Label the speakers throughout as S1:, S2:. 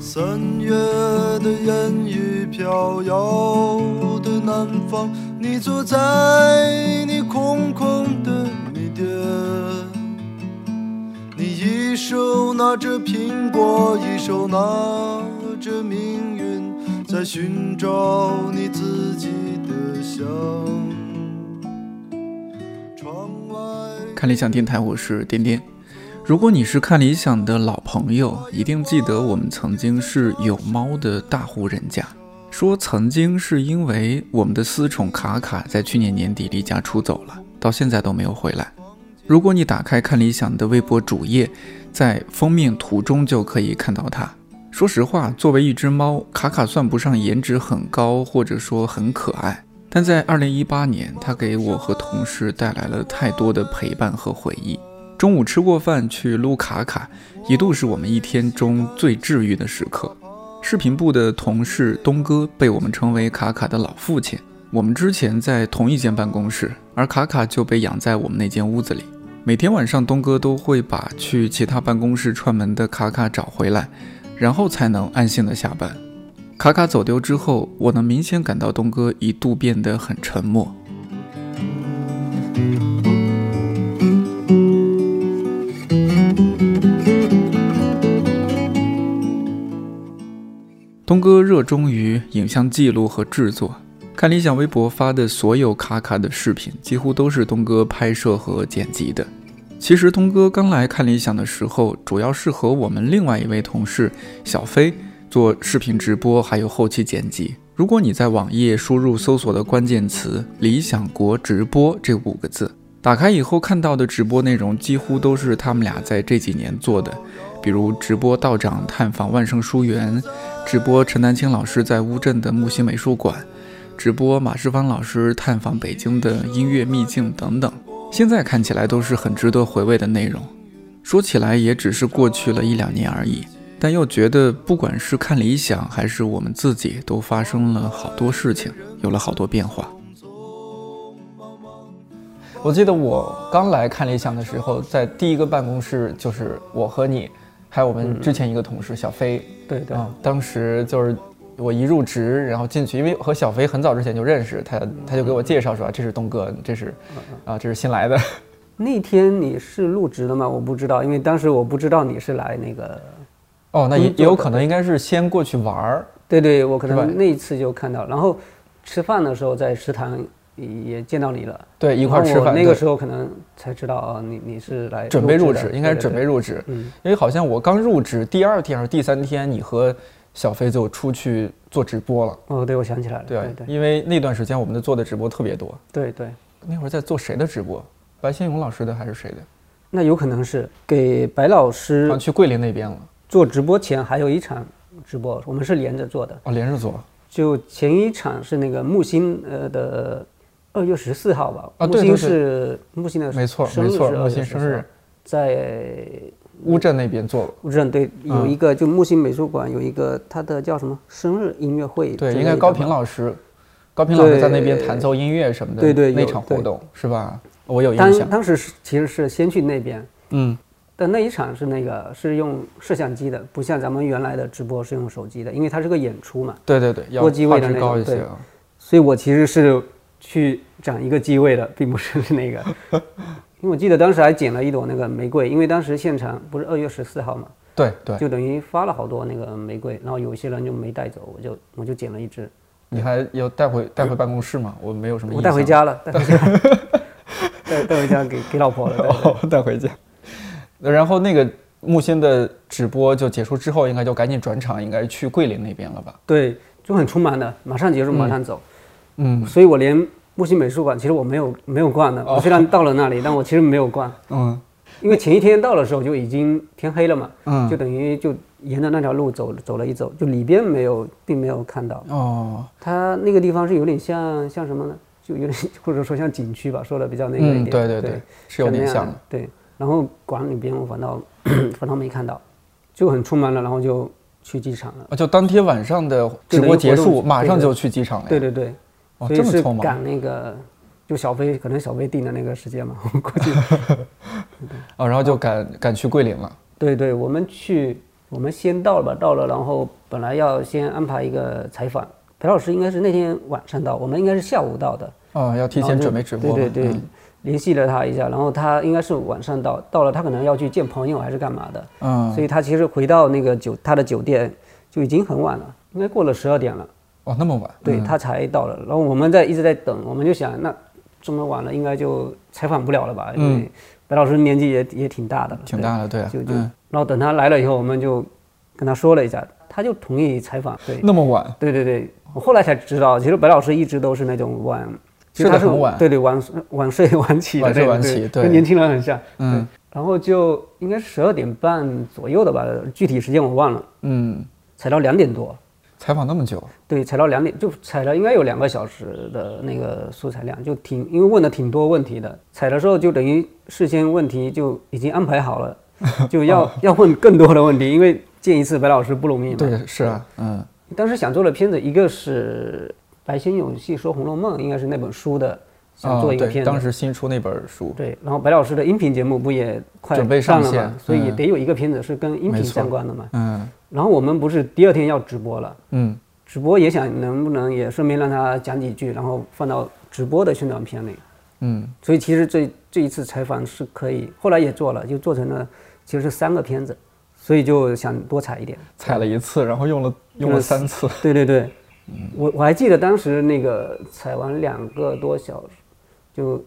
S1: 三月的烟雨飘摇的南方，你坐在你空空的米店，你一手拿着苹果，一手拿着命运，在寻找你自己的香。窗外。
S2: 看理想电台，我是颠颠。如果你是看理想的老朋友，一定记得我们曾经是有猫的大户人家。说曾经是因为我们的私宠卡卡在去年年底离家出走了，到现在都没有回来。如果你打开看理想的微博主页，在封面图中就可以看到它。说实话，作为一只猫，卡卡算不上颜值很高，或者说很可爱，但在2018年，它给我和同事带来了太多的陪伴和回忆。中午吃过饭去撸卡卡，一度是我们一天中最治愈的时刻。视频部的同事东哥被我们称为卡卡的老父亲。我们之前在同一间办公室，而卡卡就被养在我们那间屋子里。每天晚上，东哥都会把去其他办公室串门的卡卡找回来，然后才能安心的下班。卡卡走丢之后，我能明显感到东哥一度变得很沉默。东哥热衷于影像记录和制作，看理想微博发的所有卡卡的视频，几乎都是东哥拍摄和剪辑的。其实东哥刚来看理想的时候，主要是和我们另外一位同事小飞做视频直播，还有后期剪辑。如果你在网页输入搜索的关键词“理想国直播”这五个字，打开以后看到的直播内容几乎都是他们俩在这几年做的，比如直播道长探访万盛书园，直播陈丹青老师在乌镇的木心美术馆，直播马世芳老师探访北京的音乐秘境等等。现在看起来都是很值得回味的内容，说起来也只是过去了一两年而已，但又觉得不管是看理想还是我们自己，都发生了好多事情，有了好多变化。
S3: 我记得我刚来看理想的时候，在第一个办公室就是我和你，还有我
S4: 嗯
S3: 们之前一个同事小飞。
S4: 对对，
S3: 啊，当时就是我一入职，然后进去，因为和小飞很早之前就认识，他
S4: 嗯
S3: 他就给我介绍说，啊这是东哥，这是啊，这是新来的。
S4: 那天你是入职的吗？我不知道，因为当时我不知道你是来那个。
S3: 哦，那也
S4: 嗯
S3: 也有可能应该是先过去玩儿。
S4: 对对，我可
S3: 是吧
S4: 能那一次就看到，然后吃饭的时候在食堂也见到你了，
S3: 对，一块儿
S4: 然后
S3: 吃
S4: 我
S3: 饭。
S4: 哦那个
S3: 对
S4: 时候可能才知道哦，你你是来
S3: 准备入
S4: 职
S3: 职，
S4: 的，
S3: 应该是
S4: 对
S3: 准备。
S4: 对对
S3: 入职，
S4: 嗯，
S3: 因为好像我刚入职第二天还是第三天，你和小飞就出去做直播了。
S4: 哦，对，我想起来了，
S3: 对，
S4: 对
S3: 因为那段时间我们的做的直播特别多。
S4: 对对，
S3: 那会儿在做谁的直播？白先勇老师的还是谁的？
S4: 那有可能是给白老
S3: 好
S4: 师
S3: 像去桂林那边了。
S4: 做直播前还有一场直播，我们是连着做的，
S3: 哦，连着做。
S4: 就前一场是那个木星呃的二月十四号吧，
S3: 啊
S4: 木
S3: 对对对
S4: 星是木星的
S3: 没错
S4: 生日
S3: 没错
S4: 是2
S3: 木星
S4: 月14
S3: 生日
S4: 号在
S3: 乌镇那边做了。
S4: 乌镇对
S3: 嗯
S4: 有一个就木星美术馆有一个它的叫什么生日音乐会之
S3: 对，
S4: 类的吧，
S3: 应该高平老师，高平老师在那边
S4: 对
S3: 弹奏音乐什么的，
S4: 对对
S3: 那
S4: 有
S3: 场活
S4: 对
S3: 动是吧？我有印
S4: 当
S3: 象。
S4: 当时是其实是先去那边，
S3: 嗯，
S4: 但那一场是那个是用摄像机的，不像咱们原来的直播是用手机的，因为它是个演出嘛，
S3: 对对对，要
S4: 多机
S3: 画
S4: 位的
S3: 质
S4: 那
S3: 高
S4: 种
S3: 一些
S4: 对
S3: 啊。
S4: 所以我其实是去长一个机位的，并不是那个。 因为我记得当时还捡了一朵那个玫瑰，因为当时现场不是二月十四号嘛，
S3: 对对，
S4: 就等于发了好多那个玫瑰，然后有些人就没带走，我就我就捡了一只，
S3: 你还有带回带回办公室吗？我没有什么啊印象。
S4: 我带 回家了，带回家，带带回家给给老婆了。对
S3: 哦，带回家。然后那个木心的直播就结束之后，应该就赶紧转场，应该去桂林那边了吧？
S4: 对，就很匆忙的，马上结束，马上走。
S3: 嗯哦
S4: 所以我连木星美术馆其实我没有没有逛的，我虽然到了那里，但我其实没有逛，
S3: 嗯
S4: 因为前一天到的时候就已经天黑了嘛，
S3: 嗯
S4: 就等于就沿着那条路走走了一走，就里边没有，并没有看到。
S3: 哦，
S4: 它那个地方是有点像像什么呢？就有点 或者说像景区吧，说的比较那个一点。
S3: 嗯，对对
S4: 对
S3: 对，，是有点
S4: 那样
S3: 像的。
S4: 对，然后馆里边我反倒 反倒没看到，就很匆忙了，然后就去机场了。
S3: 啊就当天晚上的直播结
S4: 就那个活
S3: 束，
S4: 动
S3: 马上
S4: 对对
S3: 就去机场了呀。
S4: 对对对，
S3: 哦，
S4: 所
S3: 这
S4: 以
S3: 么
S4: 是
S3: 匆忙。
S4: 赶那个，就小飞可能小飞定的那个时间嘛， 我估计。
S3: 哦，然后就赶赶去桂林了。
S4: 对对，我们去，我们先到了吧，到了，然后本来要先安排一个采访，裴老师应该是那天晚上到，我们应该是下午到的，
S3: 哦
S2: 啊，要提
S4: 然
S2: 前
S4: 后就
S2: 准备直播嘛。
S4: 对对对，
S2: 嗯
S4: 联系了他一下，然后他应该是晚上到，到了他可能要去见朋友还是干嘛的，
S2: 嗯，
S4: 所以他其实回到那个酒他的酒店就已经很晚了，应该过了十二点了，
S2: 哦，那么晚，
S3: 嗯
S4: 对他才到了。然后我们在一直在等，我们就想，那这么晚了，应该就采访不了了吧？因为白老师年纪也也挺大的了，
S2: 嗯挺大的，对啊，
S4: 对，就就。
S2: 嗯，
S4: 然后等他来了以后，我们就跟他说了一下，他就同意采访。对，
S2: 那么晚，
S4: 对对对，我后来才知道，其实白老师一直都是那种晚，其
S2: 睡
S4: 实
S2: 得
S4: 他是
S2: 很晚
S4: 对对晚晚睡晚起的
S2: 晚睡
S4: 那种
S2: 晚起对
S4: 跟年轻人很像。
S2: 嗯
S4: 然后就应该是十二点半左右的吧，具体时间我忘了，
S2: 嗯，
S4: 才到两点多。
S2: 采访那么久，
S4: 对，采到两点就采了，应该有两个小时的那个素材量，就挺因为问了挺多问题的。采的时候就等于事先问题就已经安排好了，就要 要问更多的问题，因为见一次白老师不容易嘛。
S2: 对，是啊，嗯
S4: 当时想做的片子，一个是白先勇细说《红楼梦》，应该是那本书的，想
S2: 啊
S4: 做一
S3: 哦
S4: 个
S2: 对，
S4: 片子。
S2: 当时新出那本书，
S4: 对，然后白老师的音频节目不也快
S2: 准备
S4: 上
S2: 上
S4: 了
S2: 线
S4: 嘛，所以也
S2: 嗯
S4: 得有一个片子是跟音
S2: 没
S4: 频
S2: 错
S4: 相关的嘛。
S2: 嗯
S4: 然后我们不是第二天要直播了，
S2: 嗯，
S4: 直播也想能不能也顺便让他讲几句，然后放到直播的宣传片里。
S2: 嗯，
S4: 所以其实这这一次采访是可以，后来也做了，就做成了其实是三个片子，所以就想多采一点。
S2: 采了一次，然后用了用了三次，
S4: 对对对，我我还记得当时那个采完两个多小时，就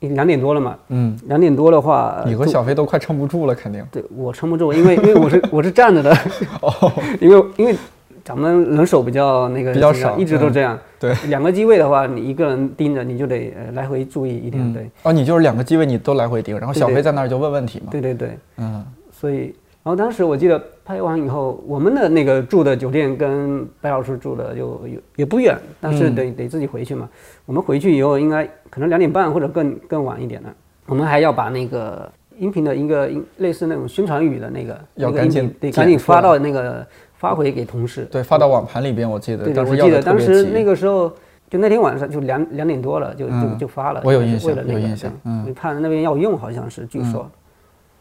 S4: 两点多了嘛，
S2: 嗯，
S4: 两点多的话，
S2: 你和
S4: 呃就
S2: 小飞都快撑不住了，肯定。
S4: 对我撑不住，因为因为我是我是站着的，
S2: 哦，
S4: 因为因为咱们人手比较那个
S2: 比较
S4: 怎么样
S2: 少嗯
S4: 一直都这样。
S2: 对，
S4: 两个机位的话，你一个人盯着，你就得呃来回注意一点。对，
S2: 哦，你就是两个机位你都来回盯，然后
S4: 对
S2: 小飞
S4: 对
S2: 在那儿就问问题嘛，
S4: 对对对，
S2: 嗯，
S4: 所以。然后当时我记得拍完以后，我们的那个住的酒店跟白老师住的就也也不远，但
S2: 嗯
S4: 是得、得自己回去嘛。我们回去以后应该可能两点半或者更更晚一点了。我们还要把那个音频的一个音类似那种宣传语的那个，
S2: 要
S4: 那个
S2: 赶
S4: 音频
S2: 紧
S4: 得
S2: 剪
S4: 赶紧
S2: 出来
S4: 发到那个发回给同事。
S2: 对，发到网盘里边，我记得
S4: 对
S2: 当
S4: 对，
S2: 时要
S4: 我记得
S2: 的特
S4: 当
S2: 别
S4: 时那
S2: 急，
S4: 个时候，就那天晚上就两两点多了，就就
S2: 嗯
S4: 就发了。
S2: 我有
S4: 就
S2: 印
S4: 为了
S2: 象
S4: 那
S2: 有
S4: 个
S2: 印象
S4: 对
S2: 嗯
S4: 因为怕那边要用，好像是据说。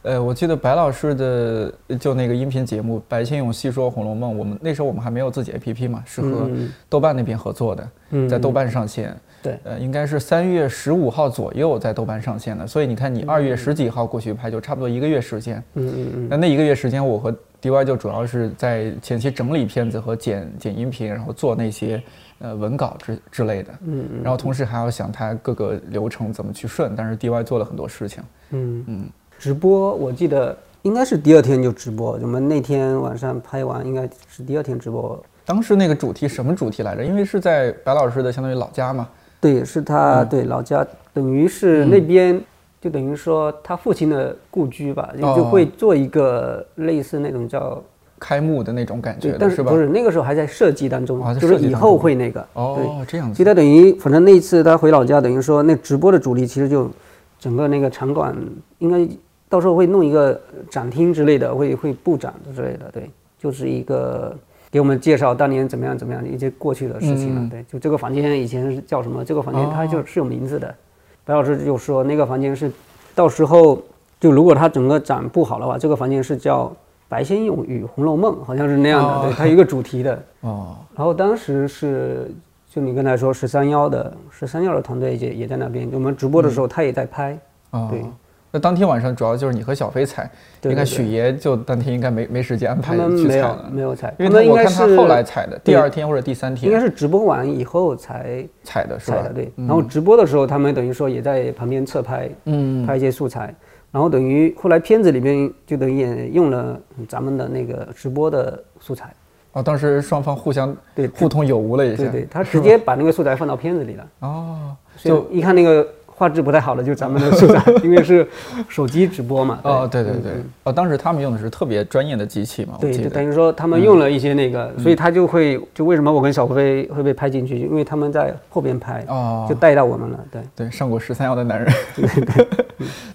S2: 呃，我记得白老师的就那个音频节目《白先勇细说红楼梦》，我们那时候我们还没有自己 APP 嘛，是和
S4: 嗯
S2: 豆瓣那边合作的，
S4: 嗯
S2: 在豆瓣上线，
S4: 对
S2: 呃，应该是三月十五号左右在豆瓣上线的，所以你看你二月十几号过去拍，就差不多一个月时间。
S4: 嗯嗯嗯，
S2: 那那一个月时间，我和 DY 就主要是在前期整理片子和剪剪音频，然后做那些呃文稿之之类的，嗯，然后同时还要想它各个流程怎么去顺，但是 DY 做了很多事情，
S4: 嗯嗯，直播我记得应该是第二天就直播，我们那天晚上拍完应该是第二天直播。
S2: 当时那个主题什么主题来着？因为是在白老师的相当于老家嘛，
S4: 对，是他对老家，等于是那边。就等于说他父亲的故居吧，就就
S2: 哦
S4: 会做一个类似那种叫
S2: 开幕的那种感
S4: 对
S2: 觉，的
S4: 但
S2: 是
S4: 是
S2: 吧？
S4: 不是那个时候还在设计当中
S2: 哦还，在
S4: 就
S2: 设
S4: 是
S2: 计
S4: 以
S2: 当
S4: 后
S2: 中
S4: 会那个。
S2: 哦，这样
S4: 其
S2: 子。
S4: 实他等于，反正那一次他回老家，等于说那直播的主力其实就整个那个场馆，应该到时候会弄一个展厅之类的，会会布展的之类的，对，就是一个给我们介绍当年怎么样怎么样一些过去的事情了，啊
S2: 嗯
S4: 对，就这个房间以前是叫什么，这个房间
S2: 哦
S4: 它就是有名字的，白老师就说那个房间是到时候就如果他整个展布好的话，这个房间是叫《白先勇与红楼梦》，好像是那样的，
S2: 哦
S4: 对，它有一个主题的，
S2: 哦，
S4: 然后当时是，就你刚才说十三幺的十三幺的团队也也在那边，就我们直播的时候他也在拍，
S2: 哦
S4: 对，
S2: 那当天晚上主要就是你和小飞采，
S4: 对
S2: 应该
S4: 对
S2: 许爷就当天应该没没时间安
S4: 他
S2: 排
S4: 们
S2: 去
S4: 没
S2: 采
S4: 有
S2: 了，
S4: 没有采，
S2: 因为
S4: 他们
S2: 他
S4: 应
S2: 我
S4: 该
S2: 看他
S4: 是
S2: 后来采的，第
S4: 对
S2: 二天或者第三
S4: 应该
S2: 天
S4: 是直播完以后才
S2: 采的是
S4: 采
S2: 吧
S4: 的，？对。然后直播的时候他们等于说也在旁边侧拍，
S2: 嗯，
S4: 拍一些素材，然后等于后来片子里面就等于也用了咱们的那个直播的素材，
S2: 哦，当时双方互相
S4: 对
S2: 互通有无了一下，
S4: 对对，他直接把那个素材放到片子里了。
S2: 哦，
S4: 就
S2: 就
S4: 一看那个画质不太好的，就是咱们的素材， 因为是手机直播嘛。
S2: 哦，对对对
S4: 嗯嗯，
S2: 哦，当时他们用的是特别专业的机器嘛，我
S4: 对，
S2: 记
S4: 就
S2: 得嗯
S4: 等，于说他们用了一些那个，所以他就会就为什么我跟小飞会被拍进去，因为他们在后边拍，
S2: 哦
S4: 就带到我们了。对，
S2: 对，上过十三幺的男人。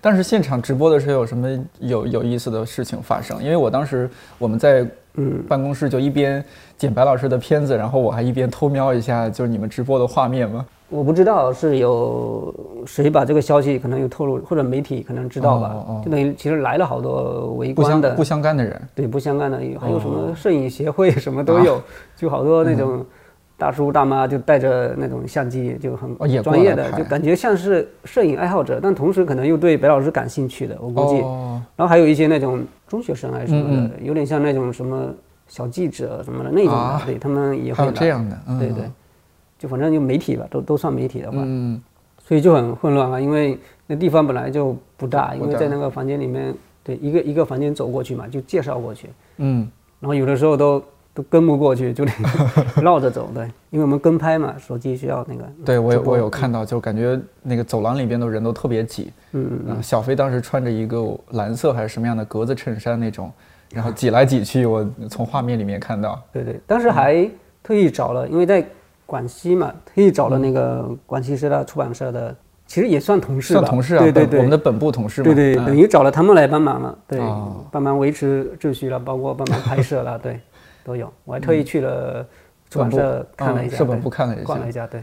S2: 当时现场直播的时候有什么有有意思的事情发生？因为我当时我们在
S4: 嗯
S2: 办公室就一边剪白老师的片子，然后我还一边偷瞄一下就是你们直播的画面嘛。
S4: 我不知道是有谁把这个消息可能有透露，或者媒体可能知道吧，
S2: 哦哦
S4: 就等于其实来了好多围
S2: 不
S4: 观
S2: 相
S4: 的，
S2: 不相干的人，
S4: 对不相干的，还有什
S2: 哦
S4: 么摄影协会什么都有，
S2: 啊
S4: 就好多那
S2: 嗯
S4: 种大叔大妈就带着那种相机，就很
S2: 哦也过来
S4: 专业的，
S2: 拍
S4: 就感觉像是摄影爱好者，但同时可能又对白老师感兴趣的，我估计。
S2: 哦
S4: 然后还有一些那种中学生还是什么
S2: 嗯
S4: 的，有点像那种什么小记者什么的那种
S2: 啊
S4: 的，对他们也
S2: 还
S4: 会
S2: 有
S4: 来。
S2: 这样的，嗯、
S4: 对对，就反正就媒体吧，都都算媒体的话，
S2: 嗯，
S4: 所以就很混乱啊，因为那地方本来就不大，
S2: 不
S4: 因为
S2: 大
S4: 在那个房间里面，对一个一个房间走过去嘛，就介绍过去，
S2: 嗯
S4: 然后有的时候都都跟不过去，就得 绕着走，对，因为我们跟拍嘛，手机需要那个，
S2: 嗯，对我有
S4: 直播
S2: 我有看到，就感觉那个走廊里边的人都特别挤。
S4: 嗯，
S2: 嗯，小飞当时穿着一个蓝色还是什么样的格子衬衫那种，然后挤来挤去，我从画面里面看到。
S4: 对对，当时还特意找了，因为在广西嘛，特意找了那个广西师大出版社的，其实也算同事吧，
S2: 算同事啊，
S4: 对对
S2: 本
S4: 对，
S2: 我们的本部同事嘛。
S4: 对对，
S2: 嗯
S4: 等于找了他们来帮忙了，对
S2: 哦，
S4: 帮忙维持秩序了，包括帮忙拍 摄了，对，都有。我还特意去了出版社看了一
S2: 嗯
S4: 下，
S2: 社本
S4: 对
S2: 嗯部嗯看了一下
S4: 逛了一下，对，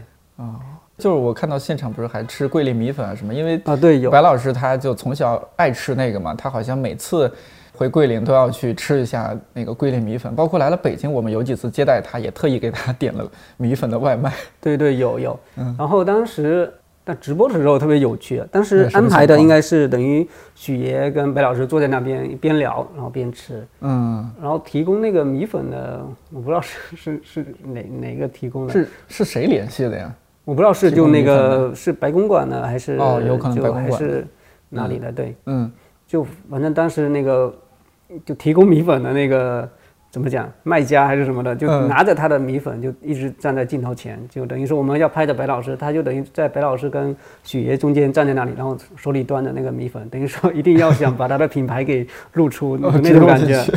S2: 就是我看到现场不是还吃桂林米粉啊什么，因为
S4: 啊对有
S2: 白老师他就从小爱吃那个嘛，他好像每次回桂林都要去吃一下那个桂林米粉，包括来了北京，我们有几次接待他也特意给他点了米粉的外卖。
S4: 对对有有。
S2: 嗯
S4: 然后当时那直播的时候特别有趣，当时
S2: 嗯什么
S4: 安排的
S2: 情况
S4: 应该是等于许爷跟白老师坐在那边边聊，然后边吃，
S2: 嗯，
S4: 然后提供那个米粉的，我不知道是是是哪哪个提供的，
S2: 是是谁联系的呀？
S4: 我不知道是
S2: 提
S4: 就
S2: 供
S4: 那
S2: 米粉
S4: 个是白公馆呢，还是
S2: 哦有可能
S4: 就
S2: 白公
S4: 还
S2: 馆
S4: 是哪里的？对，
S2: 嗯，
S4: 就反正当时那个就提供米粉的那个怎么讲，卖家还是什么的，就
S2: 嗯
S4: 拿着他的米粉就一直站在镜头前，就等于说我们要拍的白老师，他就等于在白老师跟许爷中间站在那里，然后手里端着那个米粉，等于说一定要想把他的品牌给露出
S2: 哦
S4: 那种感
S2: 这种感
S4: 觉
S2: 觉，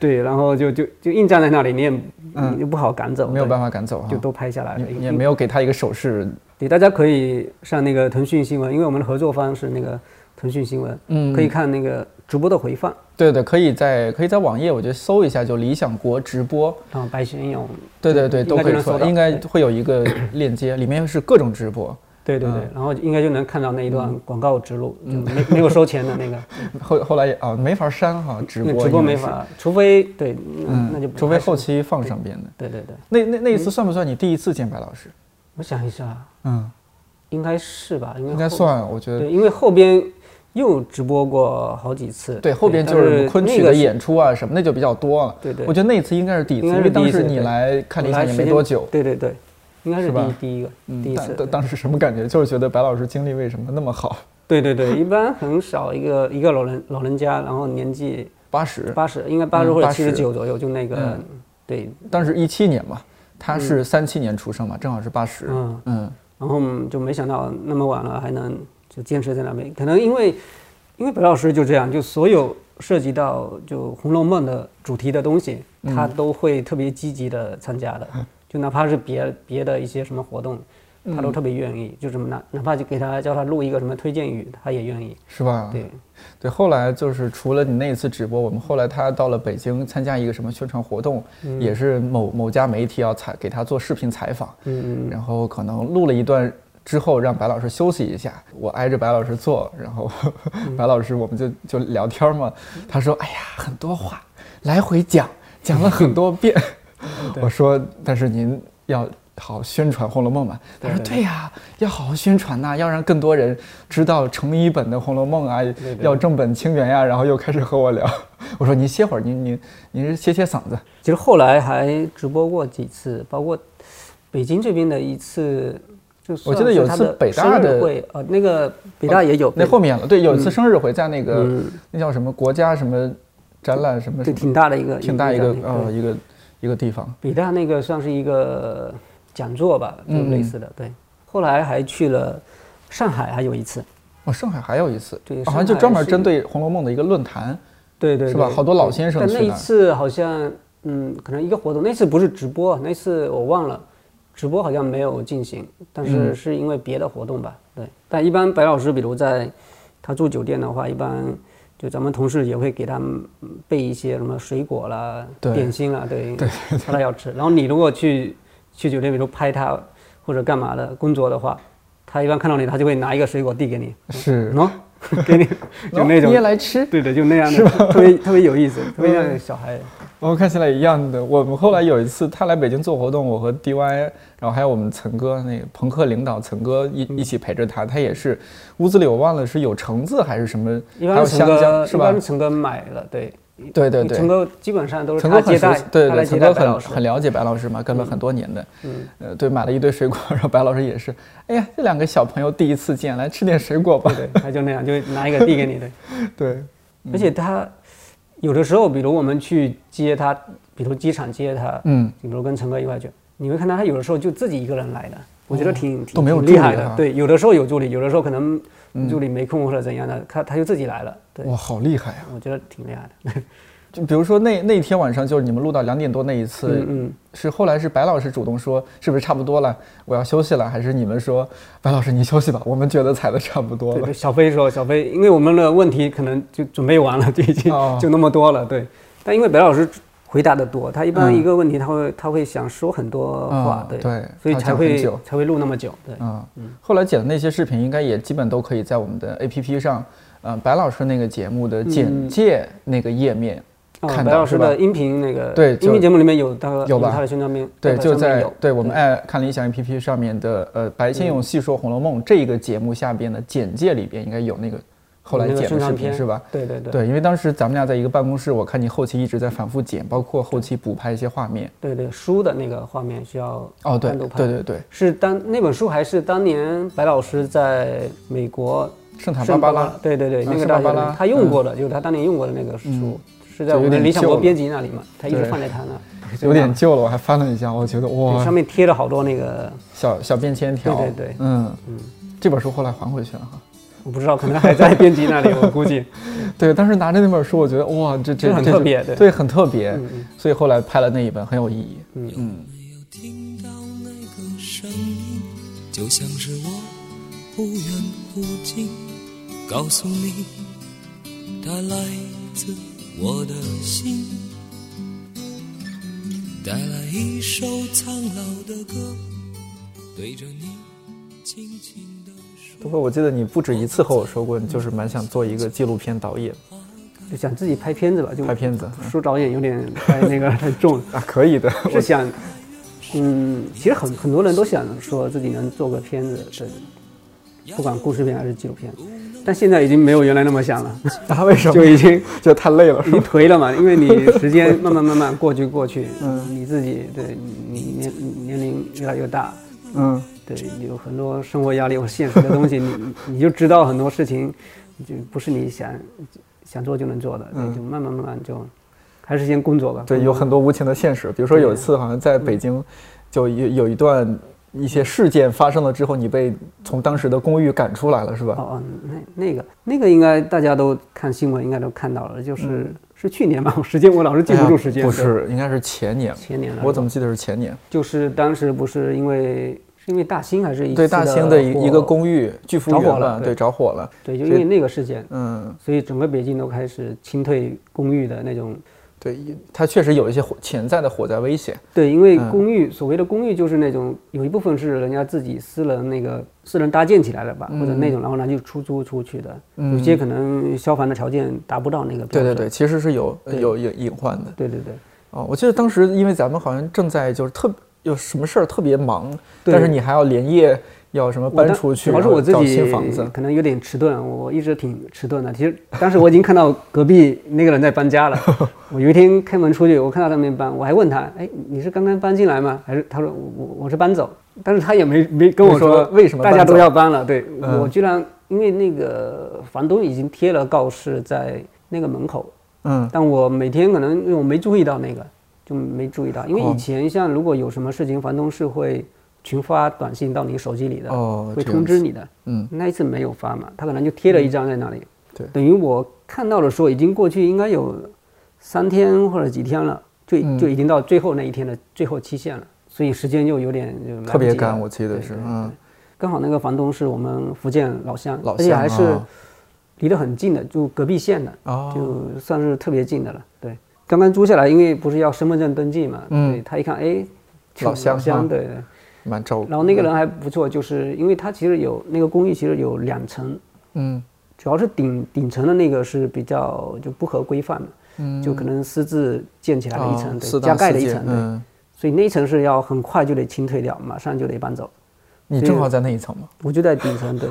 S4: 对，然后就就就硬站在那里，你也你也不好赶走，
S2: 嗯没有办
S4: 法，
S2: 法赶走哈、
S4: 就都拍下来了，
S2: 你你也没有给他一个手势，
S4: 对，大家可以上那个腾讯新闻，因为我们的合作方是那个腾讯新闻，
S2: 嗯
S4: 可以看那个直播的回放。
S2: 对对，可以在可以在网页我觉得搜一下，就理想国直播，
S4: 然后白先勇，
S2: 对对对，
S4: 应
S2: 都
S4: 该
S2: 可
S4: 就
S2: 以
S4: 能搜
S2: 搜，
S4: 到
S2: 应该会有一个链 接，里面是各种直播，
S4: 对对
S2: 嗯
S4: 对，然后应该就能看到那一段广告植入，就没没有收钱的那 个，
S2: 后后来也啊没法删哈，直
S4: 那
S2: 播
S4: 直播
S2: 应该
S4: 没
S2: 是，嗯
S4: 法，除非对，那那就不
S2: 除非
S4: 太
S2: 后
S4: 是。
S2: 期放上边的。
S4: 对对对，
S2: 那那那一次算不算你第一次见白老师？
S4: 我想一下，
S2: 嗯，
S4: 应该是吧？因为
S2: 应该
S4: 后。
S2: 算，我觉得
S4: 对，因为后边又直播过好几次。
S2: 对。后边就
S4: 但
S2: 是昆
S4: 那
S2: 曲
S4: 个
S2: 的
S4: 是
S2: 演出啊什么，那就比较多了。
S4: 对对
S2: 我觉得那一次应该是第一次，
S4: 应该
S2: 因
S4: 是
S2: 为当
S4: 第一
S2: 时
S4: 次
S2: 你
S4: 对
S2: 来看理
S4: 我来
S2: 想也
S4: 时
S2: 没
S4: 间
S2: 多久，
S4: 对对对，应该是
S2: 是
S4: 第
S2: 吧
S4: 一第一个第一次。
S2: 嗯
S4: 对
S2: 当当时什么感觉？ 就是觉得白老师经历为什么那么好？
S4: 对对对，一般很少一个一个老人老人家，然后年纪
S2: 八十，
S4: 八十，应该八十
S2: 嗯
S4: 或者
S2: 80
S4: 七十九左右，就那个
S2: 嗯
S4: 对，
S2: 当时一七年嘛，他是三七年出生嘛，正好是八十。
S4: 嗯
S2: 嗯，
S4: 然后就没想到那么晚了还能就坚持在那边，可能因为因为白老师就这样，就所有涉及到就《红楼梦》的主题的东西，
S2: 嗯
S4: 他都会特别积极的参加的，就哪怕是别别的一些什么活动。
S2: 嗯
S4: 他都特别愿意，就什么哪哪怕就给他叫他录一个什么推荐语，他也愿意。
S2: 是吧？
S4: 对，嗯
S2: 对，后来就是除了你那一次直播，我们后来他到了北京参加一个什么宣传活动，也是某某家媒体要采给他做视频采访，
S4: 嗯，
S2: 然后可能录了一段之后，让白老师休息一下，我挨着白老师坐，然后 白老师我们就就聊天嘛，他说：“哎呀，很多话来回讲，讲了很多 遍。”我说：“但是您要。”好宣传《红楼梦》嘛？他说：“对呀、要好好宣传呐、要让更多人知道成名一本的《红楼梦》啊，要正本清源呀、然后又开始和我聊，我说：“您歇会儿，您您您歇歇嗓子。
S4: 其实后来还直播过几次，包括北京这边的一次，就
S2: 我记得有一次
S4: 算是他
S2: 北大
S4: 生日
S2: 的哦
S4: 会，呃，那个北大也有，
S2: 那后面了，对，有一次生日会在那个、
S4: 嗯
S2: 那叫什么国家什么展览什么
S4: 对
S2: 什么
S4: 挺大的一个
S2: 嗯挺大一个
S4: 展览
S2: 呃
S4: 对
S2: 一个一个地方，
S4: 北大那个算是一个讲座吧，就
S2: 嗯嗯
S4: 类似的对。后来还去了上海，还有一次，
S2: 哦，上海还有一次，
S4: 对
S2: 啊
S4: 上
S2: 好像就
S4: 海
S2: 专门
S4: 是
S2: 针对《红楼梦》的一个论坛，
S4: 对对
S2: 是吧
S4: 对
S2: 好多老先生
S4: 但那
S2: 去
S4: 一
S2: 的
S4: 次好像嗯，可能一个活动，那次不是直播，那次我忘了。直播好像没有进行，但
S2: 嗯
S4: 是是因为别的活动吧。对，但一般白老师，比如在他住酒店的话，一般就咱们同事也会给他们嗯备一些什么水果啦、
S2: 对
S4: 点心啦，对，他都要吃。然后你如果去去酒店，比如拍他，或者干嘛的工作的话，他一般看到你，他就会拿一个水果递给你，
S2: 是，哦
S4: 喏、 给你，就那种
S2: 你也，来吃。
S4: 对的，就那样的，特别特别有意思，
S2: 嗯
S4: 特别像小孩。
S2: 我看起来一样的。我们后来有一次，他来北京做活动，我和 DY，然后还有我们岑哥那个朋克领导岑哥一一起陪着他。他也是屋子里我忘了是有橙子还是什么，
S4: 一
S2: 还
S4: 般
S2: 有
S4: 是
S2: 香
S4: 陈哥，
S2: 蕉是
S4: 一
S2: 吧
S4: 般是？陈哥买了，对，
S2: 对对对
S4: 陈哥基本上都是
S2: 陈
S4: 他
S2: 哥很
S4: 接
S2: 熟
S4: 待
S2: 悉，，对
S4: 他
S2: 对，
S4: 来接
S2: 陈
S4: 待
S2: 哥
S4: 白老
S2: 很
S4: 师。嗯
S2: 很了解白老师嘛，跟了很多年的，呃，对，买了一堆水果，然后白老师也是，哎呀，这两个小朋友第一次见，来吃点水果吧，
S4: 对，他就那样，就拿一个递 给你的。
S2: 对，
S4: 而且他有的时候，比如我们去接他，比如机场接他，
S2: 嗯，
S4: 比如跟陈哥一块去，你会看到他有的时候就自己一个人来的，我觉得挺
S2: 哦
S4: 挺
S2: 都没有
S4: 挺
S2: 助
S4: 厉
S2: 理
S4: 害
S2: 哈嗯
S4: 的。对，有的时候有助理，有的时候可能助理没空或者怎样的，他他就自己来了。对，
S2: 哇，好厉害呀、啊
S4: 我觉得挺厉害的。
S2: 就比如说那那天晚上，就是你们录到两点多那一次，
S4: 嗯嗯，
S2: 是后来是白老师主动说，是不是差不多了，我要休息了，还是你们说白老师你休息吧，我们觉得踩的差不多
S4: 对
S2: 了
S4: 对，。小飞说，小飞，因为我们的问题可能就准备完了，就已经
S2: 哦
S4: 就那么多了，对。但因为白老师回答的多，他一般
S2: 嗯
S4: 一个问题他会他会想说很多话，
S2: 嗯
S4: 对
S2: 对
S4: 所以
S2: 他
S4: 才
S2: 讲
S4: 会
S2: 很久
S4: 才会录那么久，对。
S2: 啊、后来剪的那些视频，应该也基本都可以在我们的 APP 上，嗯、白老师那个节目的简介那个页面、看
S4: 啊嗯白
S2: 到
S4: 老
S2: 是
S4: 师
S2: 吧
S4: 的音频那个
S2: 对就
S4: 音频节目里面有他
S2: 有吧
S4: 他的宣传片，
S2: 对，
S4: 他
S2: 就
S4: 上面
S2: 在
S4: 有嗯
S2: 对我们爱看理想 APP 上面的呃白先勇细说《红楼梦》这一个节目下边的简介里边应该有那个后来
S4: 有那个
S2: 剪
S4: 宣
S2: 的视
S4: 传
S2: 频
S4: 片
S2: 是吧？
S4: 对对对
S2: 对，因为当时咱们俩在一个办公室，我看你后期一直在反复剪，包括后期补拍一些画面。
S4: 对对书的那个画面需要
S2: 哦，对，
S4: 单独
S2: 对
S4: 拍，
S2: 对对，
S4: 是当那本书还是当年白老师在美国
S2: 圣塔芭
S4: 圣
S2: 啊芭
S4: 巴
S2: 拉，
S4: 对对对，
S2: 啊
S4: 那个
S2: 圣
S4: 大
S2: 芭芭
S4: 学
S2: 拉嗯
S4: 里他用过的，就是他当年用过的那个书，是在
S2: 就
S4: 我
S2: 有
S4: 们
S2: 点
S4: 理想
S2: 旧
S4: 国
S2: 了
S4: 编辑那里嘛，他一直
S2: 对
S4: 放在他那，
S2: 有点啊旧了，我还翻了一下，我觉得
S4: 对
S2: 哇
S4: 上，面贴了好多那个，
S2: 小小便签条，
S4: 对对对
S2: 嗯这本书后来还回去了哈。
S4: 我不知道，可能还在编辑 那里，我估计。
S2: 对，当时拿着那本书，我觉得哇，这这
S4: 这很
S2: 这
S4: 特
S2: 就
S4: 别对嗯
S2: 对，很特别，所以后来拍了那一本很有意义。
S5: 有听到那个声音，就像是我忽远忽近，告诉你，它来自我的心，带来一首苍老的歌，对着你轻轻地说。
S2: 不过我记得你不止一次和我说过，你就是蛮想做一个纪录片导演，
S4: 就想自己拍片子吧，就
S2: 拍片子嗯
S4: 书导演有点太那个太 重了，
S2: 啊，可以的。
S4: 是想，嗯，其实很很多人都想说自己能做个片子，对，不管故事片还是纪录片，但现在已经没有原来那么想了，
S2: 啊，为什么？
S4: 就已经
S2: 就太累了，
S4: 已
S2: 是
S4: 经
S2: 吧？
S4: 颓了嘛，因为你时间慢慢慢慢过去过去，嗯，你自己对你年年龄越来越大，
S2: 嗯，
S4: 对，有很多生活压力或现实的东西，你 你就知道很多事情就不是你想想做就能做的，对，就慢慢慢慢就还是先工作吧。
S2: 嗯对，有很多无情的现实，比如说有一次好像在北京，就有有一段一些事件发生了之后，你被从当时的公寓赶出来了，是吧？
S4: 哦哦，那那个那个应该大家都看新闻应该都看到了，就是、是去年吧，我时间我老是记不住时
S2: 嗯
S4: 间，
S2: 哎不
S4: 对，
S2: 是，应该是前年。
S4: 前年了
S2: 我怎么记得是前年？
S4: 就是当时不是因为是因为大兴还是一
S2: 对，
S4: 次
S2: 大兴的
S4: 火
S2: 一一个公寓巨幅
S4: 着
S2: 园
S4: 火了
S2: 吧，
S4: 对
S2: 对，着火了。
S4: 对，就
S2: 所
S4: 因
S2: 以
S4: 为那个事件，
S2: 嗯，
S4: 所以整个北京都开始清退公寓的那种。
S2: 对，它确实有一些火潜在的火灾危险。
S4: 对，因为
S2: 嗯
S4: 公寓、所谓的公寓就是那种有一部分是人家自己私人那个私人搭建起来的吧，或者那
S2: 嗯
S4: 种，然后拿去出租出去的。有些可能消防的条件达不到那个标
S2: 对嗯对
S4: 准。
S2: 对，其实是有有有隐患的。
S4: 对对对
S2: 哦，我记得当时因为咱们好像正在就是特有什么事儿特别忙，
S4: 对
S2: 但是你还要连夜要什么
S4: 我
S2: 搬
S4: 当
S2: 出去，
S4: 主要
S2: 然
S4: 是
S2: 后
S4: 我自
S2: 找
S4: 己
S2: 新房子。
S4: 可能有点迟钝，我一直挺迟钝的。其实当时我已经看到隔壁那个人在搬 家了。我有一天开门出去，我看到他们搬，我还问他：“哎，你是刚刚搬进来吗？”还是他说：“我我我是搬走。”但是他也没没跟我
S2: 没说为什么
S4: 大家
S2: 搬走嗯
S4: 都要搬了。对、我居然因为那个房东已经贴了告示在那个门口，
S2: 嗯，
S4: 但我每天可能因为我没注意到那个，就没注意到，因为
S2: 哦
S4: 以前像如果有什么事情，房东是会群发短信到你手机里的，
S2: 哦
S4: 会
S2: 这样
S4: 通知你的。
S2: 嗯，
S4: 那一次没有发嘛，他可能就贴了一张在那里。
S2: 对
S4: 等于我看到的时候，已经过去应该有三天或者几天了，就
S2: 嗯
S4: 就已经到最后那一天的最后期限了，所以时间就有点就来不及了
S2: 特别赶，我记得
S4: 对
S2: 是
S4: 对
S2: 嗯，
S4: 刚好那个房东是我们福建老乡，
S2: 老乡
S4: 而且还是
S2: 啊
S4: 离得很近的，就隔壁县的，
S2: 哦
S4: 就算是特别近的了。对，刚刚租下来，因为不是要身份证登记嘛，
S2: 嗯
S4: 对他一看，哎，
S2: 老乡啊
S4: 乡，对对，
S2: 蛮照顾。
S4: 然后那个人还不错，就是因为他其实有那个公寓，其实有两层，
S2: 嗯
S4: 主要是顶顶层的那个是比较就不合规范的，嗯，就可能私自建起来的一层，
S2: 啊
S4: 对，
S2: 四大
S4: 加盖的
S2: 世
S4: 一
S2: 界
S4: 层，对，
S2: 嗯，
S4: 所以那一层是要很快就得清退掉，马上就得搬走。
S2: 你正好在那一层嘛。
S4: 我就在顶 层，对，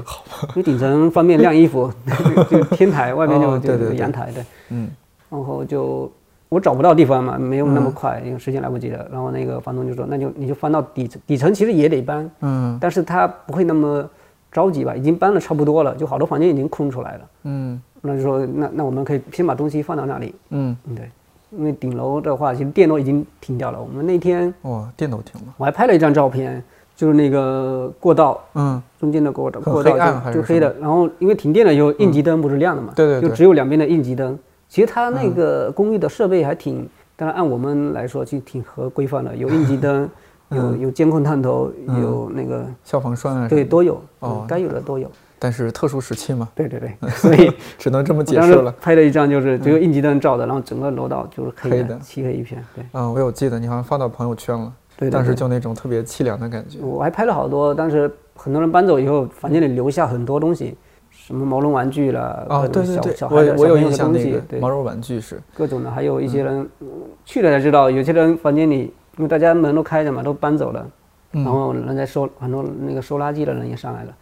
S4: 因为顶层方便晾衣服， 就天台外面就
S2: 哦对
S4: 就
S2: 对
S4: 有
S2: 对
S4: 阳台，对，
S2: 嗯，
S4: 然后就我找不到地方嘛，没有那么快，因为时间来不及了。然后那个房东就说，那就你就翻到底层，底层其实也得搬，
S2: 嗯
S4: 但是他不会那么着急吧？已经搬的差不多了，就好多房间已经空出来了。
S2: 嗯
S4: 那就说，那那我们可以先把东西放到那里，
S2: 嗯，
S4: 嗯，对，因为顶楼的话，其实电都已经停掉了。我们那天
S2: 哇，电都停了。
S4: 我还拍了一张照片，就是那个过道
S2: 嗯，
S4: 中间的过道，
S2: 很
S4: 过道
S2: 黑暗还
S4: 就是就黑
S2: 什嗯
S4: 的。然后因为停电了，有应急灯不是亮的嘛，
S2: 对对嗯对
S4: 就只有两边的应急灯。其实它那个公寓的设备还挺，当然按我们来说，其实挺合规范的，有应急灯，
S2: 嗯
S4: 有有监控探头，有那个
S2: 消防栓啊。
S4: 对。都有，
S2: 嗯哦
S4: 嗯该有的都有。
S2: 但是特殊时期嘛，
S4: 对对对， 所以
S2: 只能这么
S4: 我
S2: 解
S4: 当
S2: 释
S4: 时
S2: 了。嗯
S4: 拍了一张，就是只有应急灯照的，然后整个楼道就是黑
S2: 黑的
S4: 的，漆黑一片。对
S2: 嗯，我有记得你好像发到朋友圈了，
S4: 对对
S2: 当时
S4: 对
S2: 就那种特别凄凉的感觉。
S4: 我还拍了好多，当时很多人搬走以后，房间里留下很多东西，什么毛绒玩具啦，
S2: 啊，
S4: 各
S2: 对
S4: 种
S2: 对
S4: 小
S2: 对
S4: 小，孩
S2: 我
S4: 的
S2: 我有
S4: 小朋友
S2: 印
S4: 的
S2: 象
S4: 东
S2: 那
S4: 西，
S2: 个
S4: 对
S2: 毛，绒玩具是，
S4: 各种的，还有一些人、嗯去了才知道，有些人房间里，因为大家门都开着嘛，都搬走了，然后
S2: 嗯
S4: 人在收，很多那个收垃圾的人也上来了，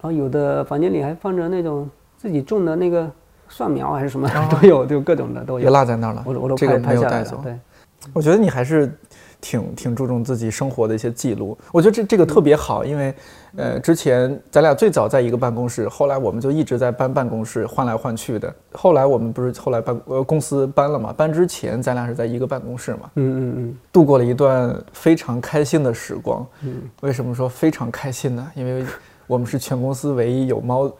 S4: 然后有的房间里还放着那种自己种的那个蒜苗还是什么、 都有，就各种的都
S2: 也
S4: 有，
S2: 落在那儿了。
S4: 我都我都
S2: 啊这
S4: 拍、
S2: 个没
S4: 拍
S2: 有
S4: 下来
S2: 带
S4: 了
S2: 走，。
S4: 对。嗯
S2: 我觉得你还是挺挺注重自己生活的一些记录，我觉得这这个特别好，因为呃，之前咱俩最早在一个办公室，后来我们就一直在搬办公室，换来换去的。后来我们不是后来办呃公司搬了嘛，搬之前咱俩是在一个办公室嘛，
S4: 嗯嗯嗯，
S2: 度过了一段非常开心的时光。为什么说非常开心呢？因为我们是全公司唯一有猫，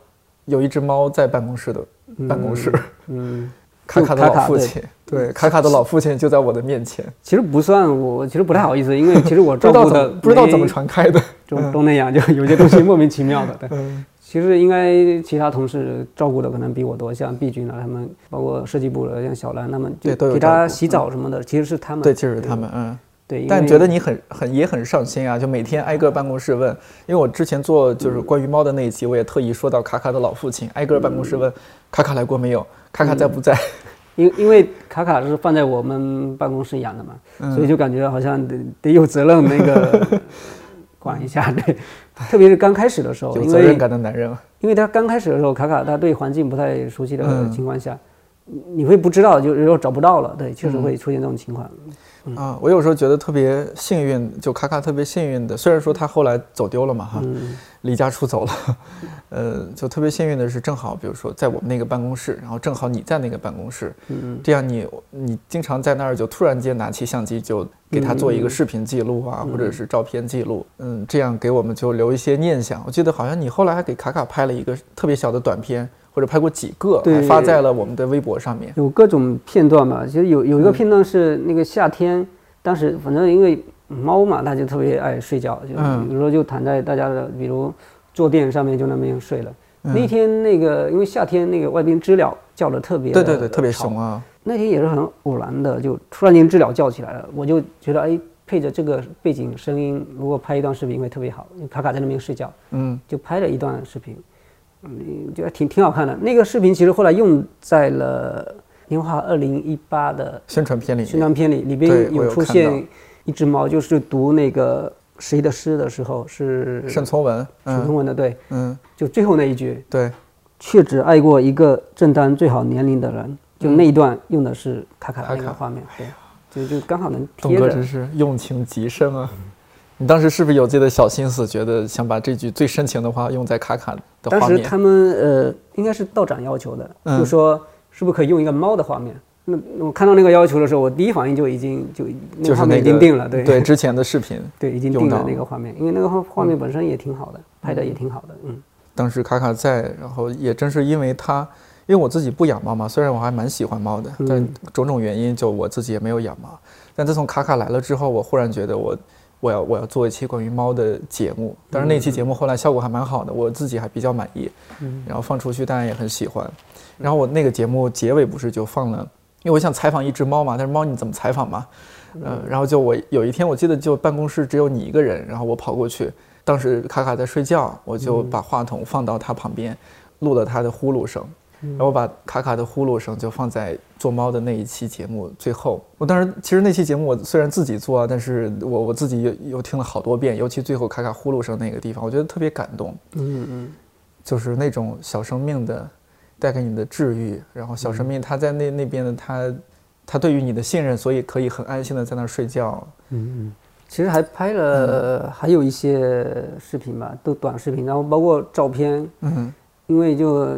S2: 有一只猫在办公室的办公室。
S4: 嗯，
S2: 卡卡的
S4: 卡
S2: 老
S4: 卡
S2: 父
S4: 对
S2: 亲，对卡卡的老父亲就在我的面前，
S4: 其实不算，我我其实不太好意 思，因为其实我
S2: 不
S4: 照
S2: 知道
S4: 顾
S2: 怎
S4: 的
S2: 么不知道怎么传嗯开的。
S4: 就都那样，就有些东西莫名其妙的。对，
S2: 嗯
S4: 其实应该其他同事照顾的可能比我多，像毕军啊，他们包括设计部的，像小兰他们，
S2: 对
S4: 就
S2: 都有
S4: 给
S2: 照
S4: 他
S2: 顾嗯
S4: 洗澡什么的，其实是他 们。
S2: 对，就是他们，嗯。
S4: 对，因
S2: 但
S4: 为
S2: 觉得你很很也很上心啊，就每天挨个办公室问，因为我之前做就是关于猫的那一集，我也特意说到卡卡的老父亲，挨个办公室问卡卡来过没有，卡卡在不在，
S4: 嗯因因为卡卡是放在我们办公室养的嘛，
S2: 嗯
S4: 所以就感觉好像得得有责任那 个管一下，对，特别是刚开始的时候，
S2: 有
S4: 因
S2: 责
S4: 为
S2: 任感的男人。
S4: 因为他刚开始的时候，卡卡他对环境不太熟悉的
S2: 嗯
S4: 情况下，你你会不知道，就有时候找不到了，对，确
S2: 嗯
S4: 实会出现这种情况。嗯
S2: 啊，我有时候觉得特别幸运，就卡卡特别幸运的，虽然说他后来走丢了嘛哈，
S4: 嗯
S2: 离家出走了，呃，就特别幸运的是，正好比如说在我们那个办公室，然后正好你在那个办公室，
S4: 嗯
S2: 这样你你经常在那儿就突然间拿起相机就给他做一
S4: 嗯
S2: 个视频记录啊，或者是照片记录，嗯，这样给我们就留一些念想。我记得好像你后来还给卡卡拍了一个特别小的短片，或者拍过几个，还
S4: 对
S2: 发在了我们的微博上面。
S4: 有各种片段吧，其实有有一个片段是那个夏天，当时反正因为猫嘛，它就特别爱睡觉，就
S2: 嗯
S4: 比如说就躺在大家的，比如坐垫上面就那边睡了。
S2: 嗯
S4: 那天那个因为夏天那个外边知了叫的特别
S2: 对
S4: 地
S2: 对对，特别
S4: 吵
S2: 熊啊，
S4: 那天也是很偶然的，就突然间知了叫起来了，我就觉得哎，配着这个背景声音，如果拍一段视频会特别好。因为卡卡在那边睡觉，
S2: 嗯
S4: 就拍了一段视频，嗯，觉得挺挺好看的。那个视频其实后来用在了《樱花二零一八》的
S2: 宣传片里面。
S4: 宣传片里，里
S2: 对
S4: 边
S2: 我有
S4: 出
S2: 看到
S4: 现一只猫，就是读那个谁的诗的时候是
S2: 沈从文，
S4: 沈
S2: 嗯
S4: 从文的，对，
S2: 嗯，
S4: 就最后那一句
S2: 对，
S4: “却只爱过一个正当最好年龄的人”，就那一段用的是卡卡的那
S2: 嗯卡
S4: 个
S2: 卡
S4: 画面，对，就就刚好能
S2: 东
S4: 贴
S2: 哥
S4: 着
S2: 真。是用情极深啊！你当时是不是有自己的小心思，觉得想把这句最深情的话用在卡卡的
S4: 当
S2: 画
S4: 时
S2: 面
S4: 他？们呃，应该是道长要求的，
S2: 嗯
S4: 就说是不是可以用一个猫的画面？那我看到那个要求的时候，我第一反应就已经就那
S2: 就
S4: 个
S2: 是
S4: 画
S2: 那
S4: 面
S2: 个
S4: 已经定了，对
S2: 对之前的视频，
S4: 对已经
S2: 用
S4: 定
S2: 到
S4: 了
S2: 了嗯
S4: 那个画面，因为那个画画面本身也挺好的，拍的也挺好的，嗯
S2: 当时卡卡在，然后也正是因为他，因为我自己不养猫嘛，虽然我还蛮喜欢猫的，但种种原因就我自己也没有养猫。但自从卡卡来了之后，我忽然觉得我我要我要做一期关于猫的节目。当然那期节目后来效果还蛮好的，我自己还比较满意，然后放出去大家也很喜欢。然后我那个节目结尾不是就放了因为我想采访一只猫嘛，但是猫你怎么采访嘛？嗯，然后就我有一天我记得就办公室只有你一个人，然后我跑过去，当时卡卡在睡觉，我就
S4: 嗯
S2: 把话筒放到它旁边，录了它的呼噜声，
S4: 嗯
S2: 然后我把卡卡的呼噜声就放在做猫的那一期节目最后。我当时其实那期节目我虽然自己做啊，但是我我自己又又听了好多遍，尤其最后卡卡呼噜声那个地方，我觉得特别感动。
S4: 嗯嗯
S2: 就是那种小生命的带给你的治愈，然后小
S4: 嗯
S2: 生命它在那那边的它，它对于你的信任，所以可以很安心的在那儿睡觉。
S4: 嗯嗯。其实还拍
S2: 嗯
S4: 了、呃还有一些视频吧，都短视频，然后包括照片，
S2: 嗯
S4: 因为就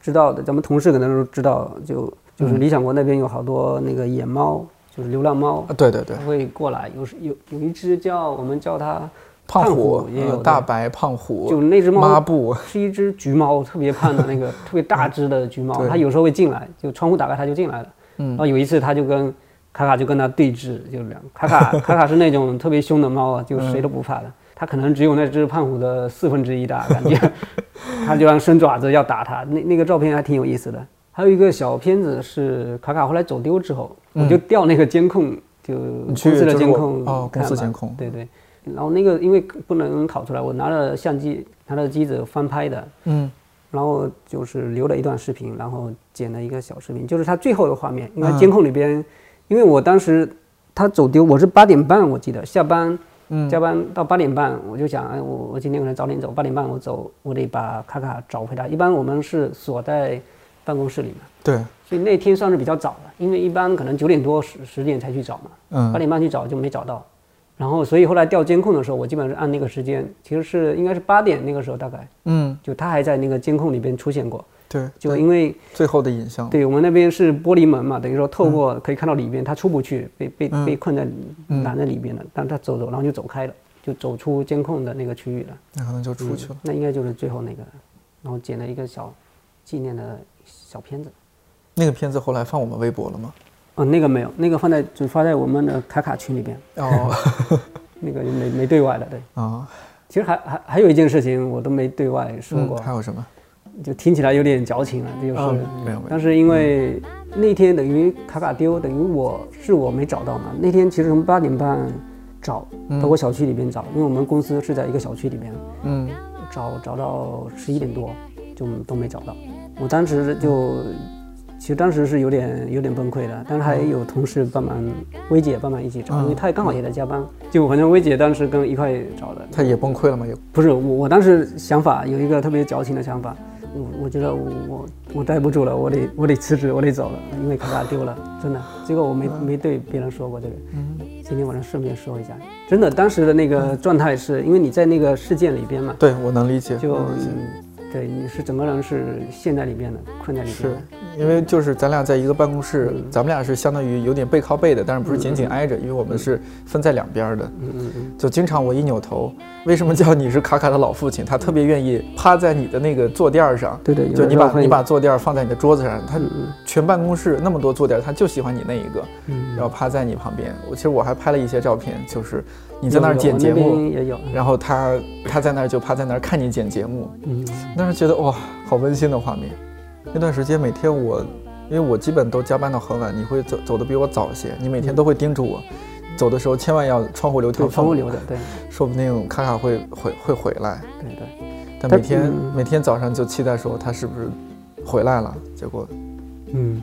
S4: 知道的，咱们同事可能都知道，就就是理想国那边有好多那个野猫，就是流浪猫
S2: 啊，，对对对
S4: 它，会过来，有时有有一只叫我们叫它
S2: 胖虎、
S4: 也
S2: 呃
S4: 有的
S2: 大白胖虎，
S4: 就那只猫
S2: 抹布，
S4: 是一只橘猫，特别胖的 那个特别大只的橘猫，
S2: 对
S4: 它有时候会进来，就窗户打开它就进来了。
S2: 嗯
S4: 然后有一次它就跟卡卡就跟它对峙，就两卡卡 卡卡是那种特别凶的猫啊，就谁都不怕的。它可能只有那只胖虎的四分之一大，感觉它就让伸爪子要打它。那那个照片还挺有意思的。还有一个小片子是卡卡后来走丢之后，我就调那个监控，就
S2: 你
S4: 公
S2: 嗯去
S4: 司的
S2: 就是
S4: 监
S2: 我
S4: 控
S2: 哦公
S4: 看
S2: 司
S4: 嘛
S2: 监控
S4: 对对。然后那个因为不能拷出来，我拿了相机，拿了机子翻拍的，
S2: 嗯
S4: 然后就是留了一段视频，然后剪了一个小视频，就是他最后的画面。因为监控里边，
S2: 嗯
S4: 因为我当时他走丢，我是八点半我记得下班，
S2: 嗯
S4: 加班到八点半，我就想，哎，我我今天可能早点走，八点半我走，我得把卡卡找回来。一般我们是锁在办公室里面，
S2: 对，
S4: 所以那天算是比较早了，因为一般可能九点多十十点才去找嘛。八
S2: 嗯
S4: 点半去找就没找到，然后所以后来调监控的时候，我基本上是按那个时间，其实是应该是八点那个时候大概，
S2: 嗯
S4: 就他还在那个监控里边出现过，
S2: 对，
S4: 就
S2: 对
S4: 因为
S2: 最后的影像，
S4: 对我们那边是玻璃门嘛，等于说透
S2: 嗯
S4: 过可以看到里边，他出不去，被被被困在拦在里边了，但他走走，然后就走开了，就走出监控的那个区域了，嗯
S2: 那可能就出去了。
S4: 那应该就是最后那个，然后剪了一个小纪念的小片子。
S2: 那个片子后来放我们微博了吗？
S4: 哦，那个没有，那个放在只发在我们的卡卡群里边，
S2: 哦
S4: 那个没没对外的，对。
S2: 啊，
S4: 其实还还还有一件事情我都没对外说
S2: 嗯
S4: 过，
S2: 还有什么？
S4: 就听起来有点矫情了，啊这就是。
S2: 嗯没有没有
S4: 但是因为那天等于卡卡丢，等于我是我没找到嘛。那天其实从八点半找，包括小区里边找，因为我们公司是在一个小区里边，
S2: 嗯
S4: 找找到十一点多就都没找到。我当时就，其实当时是有点有点崩溃的，但是还有同事帮忙，薇姐帮忙一起找，因为她刚好也在加班，就反正薇姐当时跟一块找的。
S2: 他也崩溃了吗？也
S4: 不是我，我当时想法有一个特别矫情的想法，我我觉得我我我待不住了，我得我得辞职，我得走了，因为卡卡丢了，真的。结果我没
S2: 嗯
S4: 没对别人说过这个，今天晚上顺便说一下，真的，当时的那
S2: 嗯
S4: 个状态是因为你在那个事件里边嘛，
S2: 对我能理解，
S4: 就
S2: 能理解。
S4: 对你是整个人是陷在里边的，困在里边
S2: 是
S4: 的。
S2: 因为就是咱俩在一个办公室，
S4: 嗯
S2: 咱们俩是相当于有点背靠背的，但是不是紧紧挨着，因为我们是分在两边的。
S4: 嗯嗯嗯，
S2: 就经常我一扭头，为什么叫你是卡卡的老父亲？他特别愿意趴在你的那个坐垫儿上，
S4: 对对，有
S2: 就
S4: 的
S2: 你
S4: 时候
S2: 把
S4: 会
S2: 你把坐垫儿放在你的桌子上，他
S4: 嗯嗯
S2: 全办公室那么多坐垫儿，他就喜欢你那一个，
S4: 嗯，
S2: 然后趴在你旁边。我其实我还拍了一些照片，就是你
S4: 你
S2: 在那儿剪节目，
S4: 也有，
S2: 然后他他在那儿就趴在那儿看你剪节目，
S4: 嗯
S2: 当时觉得哇，好温馨的画面。那段时间每天我，因为我基本都加班到很晚，你会走走的比我早些，你每天都会叮嘱我，走的时候千万要窗户留条
S4: 嗯对，窗户
S2: 缝，
S4: 留着，对
S2: 说不定卡卡会会会回来。
S4: 对对。
S2: 但
S4: 他
S2: 每天、
S4: 嗯
S2: 每天早上就期待说他是不是回来了，结果
S4: 嗯，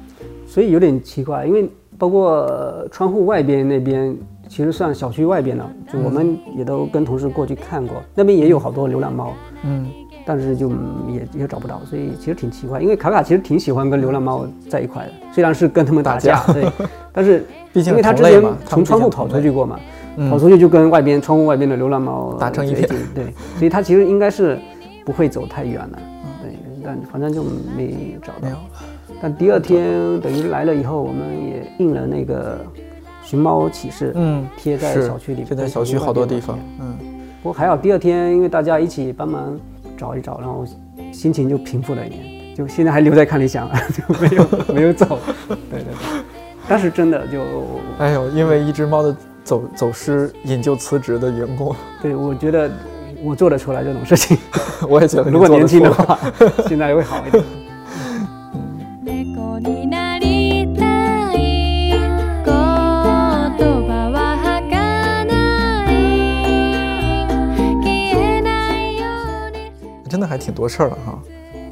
S4: 所以有点奇怪，因为包括呃窗户外边那边，其实算小区外边了，就
S2: 嗯
S4: 我们也都跟同事过去看过，那边也有好多流浪猫，
S2: 嗯
S4: 但是就嗯也也找不到，所以其实挺奇怪。因为卡卡其实挺喜欢跟流浪猫在一块的，虽然是跟他们打架，对，但是
S2: 毕竟
S4: 因为他
S2: 同
S4: 之
S2: 类
S4: 前
S2: 嘛，他
S4: 从
S2: 们毕竟
S4: 窗户
S2: 同
S4: 跑出
S2: 类
S4: 去，过嘛，
S2: 嗯
S4: 跑出去就跟外边窗户外边的流浪猫
S2: 打成一
S4: 决
S2: 片
S4: 定，对，所以它其实应该是不会走太远的，对，但反正就没找
S2: 嗯没
S4: 到
S2: 有。
S4: 但第二天等于来了以后，我们也印了那个寻猫启事，
S2: 嗯
S4: 贴在
S2: 是
S4: 小区里
S2: 现在
S4: 在
S2: 小
S4: 小
S2: 区
S4: 区
S2: 好
S4: 外
S2: 多
S4: 边
S2: 地
S4: 嘛
S2: 方
S4: 对，
S2: 嗯
S4: 不过还好，第二天因为大家一起帮忙找一找，然后心情就平复了一点，就现在还留在看理想， 就没 有没有走。对对对，但是真的就，
S2: 哎呦，因为一只猫的走走失引咎辞职的员工，
S4: 对我觉得我做得出来这种事情，
S2: 我也觉得你
S4: 如果
S2: 做得
S4: 年轻
S2: 出
S4: 的
S2: 来
S4: 话， 现在会好一点。
S6: 猫になりたい
S2: 还挺多事儿了哈。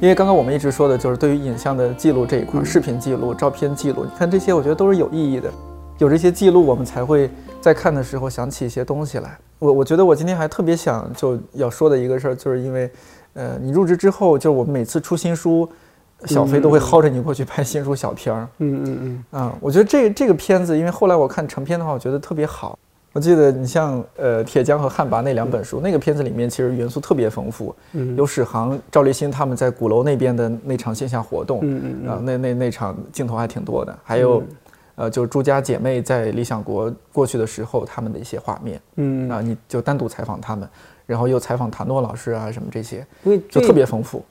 S2: 因为刚刚我们一直说的就是对于影像的记录这一
S4: 嗯
S2: 块，视频记录、照片记录，你看这些，我觉得都是有意义的。有这些记录，我们才会在看的时候想起一些东西来。我我觉得我今天还特别想就要说的一个事儿，就是因为，呃，你入职之后，就是我们每次出新书，小飞都会薅着你过去拍新书小片儿。
S4: 嗯嗯嗯，
S2: 啊，我觉得这这个片子，因为后来我看成片的话，我觉得特别好。我记得你像呃《铁匠》和《汉魃》那两本书，那个片子里面其实元素特别丰富，
S4: 嗯
S2: 有史航、赵立新他们在鼓楼那边的那场线下活动，
S4: 嗯嗯嗯嗯
S2: 啊、那那那场镜头还挺多的，还有，呃，就是朱家姐妹在理想国过去的时候，他们的一些画面，
S4: 嗯
S2: 啊、你就单独采访他们，然后又采访谭诺老师啊什么这些，
S4: 因为
S2: 就
S4: 最
S2: 特别丰富。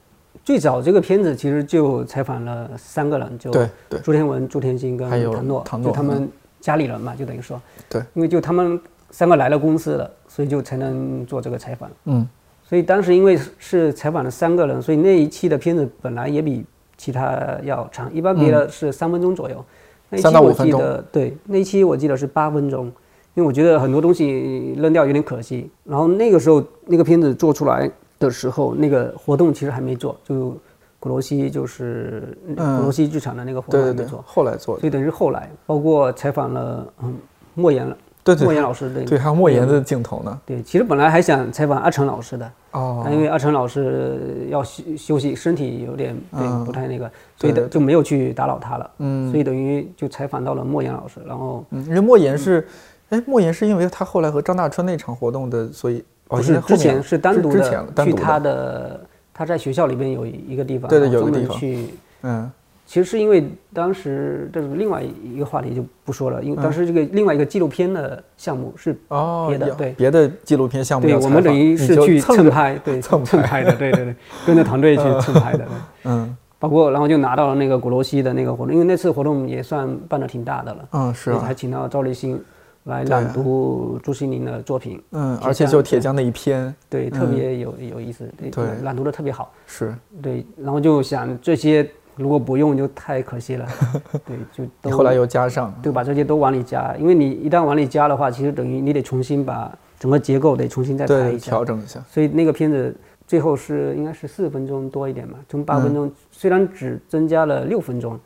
S4: 最早这个片子其实就采访了三个人，就
S2: 对对
S4: 朱天文、朱天心跟
S2: 还有
S4: 唐诺，
S2: 唐诺嗯
S4: 就他们家里人嘛，就等于说，
S2: 对，
S4: 因为就他们三个来了公司了，所以就才能做这个采访。
S2: 嗯，
S4: 所以当时因为是采访了三个人，所以那一期的片子本来也比其他要长，一般别的是三分钟左右，那一期
S2: 嗯三到五
S4: 我
S2: 分
S4: 记
S2: 钟
S4: 得对，那一期我记得是八分钟，因为我觉得很多东西扔掉有点可惜。然后那个时候那个片子做出来的时候，那个活动其实还没做，就古罗西就是
S2: 嗯
S4: 古罗西剧场的那个活
S2: 对
S4: 动还
S2: 对
S4: 没
S2: 对
S4: 做，，
S2: 后来做
S4: 所
S2: 的，
S4: 以等于是后来，包括采访了嗯莫言了，
S2: 对对
S4: 莫言老师对
S2: 对，还有莫言的镜头呢。
S4: 对，其实本来还想采访阿成老师的。
S2: 哦
S4: 但，因为阿成老师要休休息，身体有点
S2: 嗯
S4: 对不太那个，所以
S2: 对
S4: 等就没有去打扰他了。
S2: 嗯
S4: 所以等于就采访到了莫言老师，然后
S2: 嗯，因为莫言是，哎，莫言是因为他后来和张大春那场活动的，所以哦，
S4: 不
S2: 应
S4: 是
S2: 该后
S4: 之
S2: 面
S4: 前是单独
S2: 之之前了
S4: 的
S2: 单
S4: 去
S2: 独
S4: 他的，他在学校里边有一个地方，
S2: 对对
S4: 然后
S2: 有一个
S4: 专
S2: 地
S4: 门
S2: 方
S4: 去。
S2: 嗯
S4: 其实是因为当时这是另外一个话题就不说了，因为当时这个另外一个纪录片的项目是
S2: 嗯哦，
S4: 别的
S2: 要
S4: 对
S2: 别的纪录片项目
S4: 对
S2: 要
S4: 我
S2: 采
S4: 们等
S2: 访
S4: 于
S2: 你
S4: 是
S2: 就
S4: 去
S2: 蹭
S4: 蹭
S2: 着
S4: 拍，对
S2: 蹭
S4: 蹭
S2: 拍
S4: 拍的，对对对，跟着团队去蹭拍的。对
S2: 嗯
S4: 包括然后就拿到了那个鼓楼西的那个活动，因为那次活动也算办得挺大的了，
S2: 嗯是
S4: 所以
S2: 啊
S4: 还请到赵立新来
S2: 对啊
S4: 朗读朱西宁的作品，
S2: 嗯，
S4: 铁
S2: 而且
S4: 匠
S2: 就铁匠那一篇
S4: 对，
S2: 嗯
S4: 特别有有意思，对
S2: 对
S4: 朗读的特别好，
S2: 是，
S4: 对，然后就想这些如果不用就太 可惜了，对，就都
S2: 你后来又加上，
S4: 对把这些都往里加，因为你一旦往里加的话，其实等于你得重新把整个结构得重新再排
S2: 对
S4: 一下
S2: 调，整一下，
S4: 所以那个片子最后是应该是四分钟多一点吧，从八分钟、
S2: 嗯
S4: 虽然只增加了六分钟，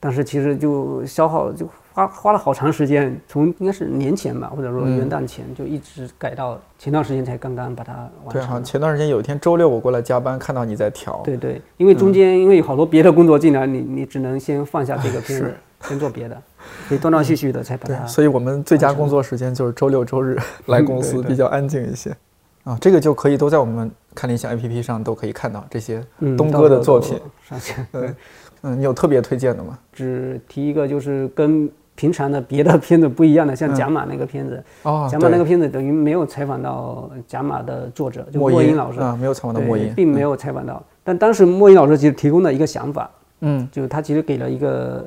S4: 但是其实就消耗就花花了好长时间，从应该是年前吧，或者说元旦前就一直改到前段时间才刚刚把它完
S2: 对，好
S4: 成
S2: 像
S4: 了。
S2: 前段时间有一天周六我过来加班，看到你在调，
S4: 对对，因为中间因为有好多别的工作进来，你你只能先放下这个片子
S2: 是，
S4: 先做别的，所以断断续续的才把
S2: 对
S4: 它。
S2: 所以我们最佳工作时间就是周六周 日来公司
S4: 啊对对
S2: 比较安静一些，啊，这个就可以都在我们看理想 APP 上都可以看到这些
S4: 嗯
S2: 东
S4: 到
S2: 哥
S4: 时
S2: 的
S4: 候
S2: 作
S4: 都
S2: 品，
S4: 上线。
S2: 嗯嗯，你有特别推荐的吗？
S4: 只提一个，就是跟平常的别的片子不一样的，像
S2: 嗯
S4: 贾马那个片子，
S2: 哦，
S4: 贾马那
S2: 对
S4: 个片子等于没有采访到贾马的作者，就
S2: 莫
S4: 莫
S2: 言
S4: 英老师，
S2: 啊，没有采访到
S4: 对
S2: 莫言，
S4: 并没有采访到。但当时莫英老师其实提供了一个想法，
S2: 嗯，
S4: 就是他其实给了一个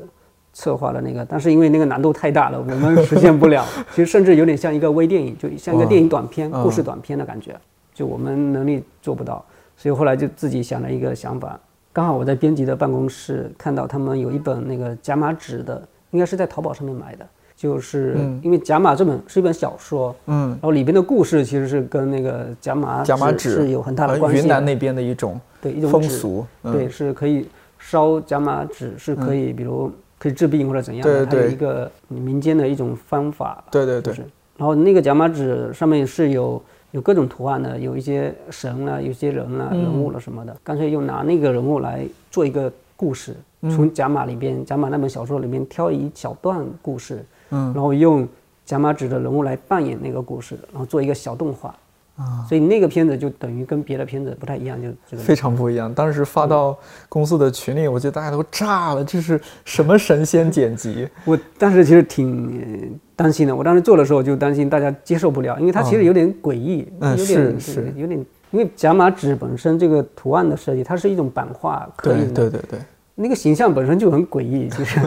S4: 策划的那个，但是因为那个难度太大了，我们 实现不了。其实甚至有点像一个微电影，就像一个
S2: 哇
S4: 电影短片、
S2: 嗯
S4: 故事短片的感觉，就我们能力做不到，所以后来就自己想了一个想法。刚好我在编辑的办公室看到他们有一本那个贾马纸的，应该是在淘宝上面买的，就是因为贾马这本是一本小说，
S2: 嗯
S4: 然后里边的故事其实是跟那个贾马
S2: 贾马纸
S4: 纸是有很大的
S2: 呃
S4: 关系的。
S2: 云南那边的一种
S4: 对一种
S2: 风
S4: 纸
S2: 俗，嗯
S4: 对，是可以烧伽马纸，是可以，比如可以治病或者怎样
S2: 对
S4: 的，它有
S2: 对
S4: 一个民间的一种方法。
S2: 对对对
S4: 就是然后那个伽马纸上面是有有各种图案的，有一些神啊，有一些人啊、
S2: 嗯
S4: 人物了什么的，干脆又拿那个人物来做一个故事，
S2: 嗯
S4: 从伽马里边伽马那本小说里面挑一小段故事，
S2: 嗯
S4: 然后用伽马纸的人物来扮演那个故事，然后做一个小动画。啊，所以那个片子就等于跟别的片子不太一样，就这个
S2: 非常不一样。当时发到公司的群里，我觉得大家都炸了，这是什么神仙剪辑？
S4: 我当时其实挺呃担心的，我当时做的时候就担心大家接受不了，因为它其实有点诡异，
S2: 哦嗯
S4: 有
S2: 是
S4: 点
S2: 是
S4: 有点，因为甲马纸本身这个图案的设计，它是一种版画刻
S2: 对
S4: 印的，
S2: 对对对，
S4: 那个形象本身就很 诡异，其实，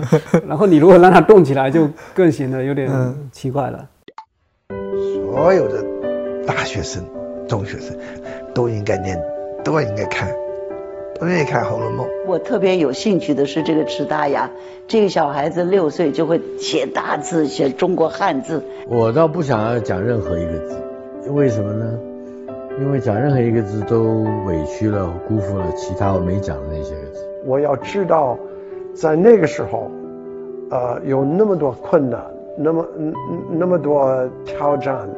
S4: 然后你如果让它动起来，就更显得有点
S2: 嗯
S4: 奇怪了。
S6: 所有的大学生、中学生都应该念，都应该看，都愿意看《红楼梦》。
S7: 我特别有兴趣的是这个迟大雅，这个小孩子六岁就会写大字，写中国汉字，
S8: 我倒不想要讲任何一个字，为什么呢？因为讲任何一个字都委屈了、辜负了其他我没讲的那些个字。
S9: 我要知道，在那个时候，呃，有那么多困难，那么嗯那么多挑战，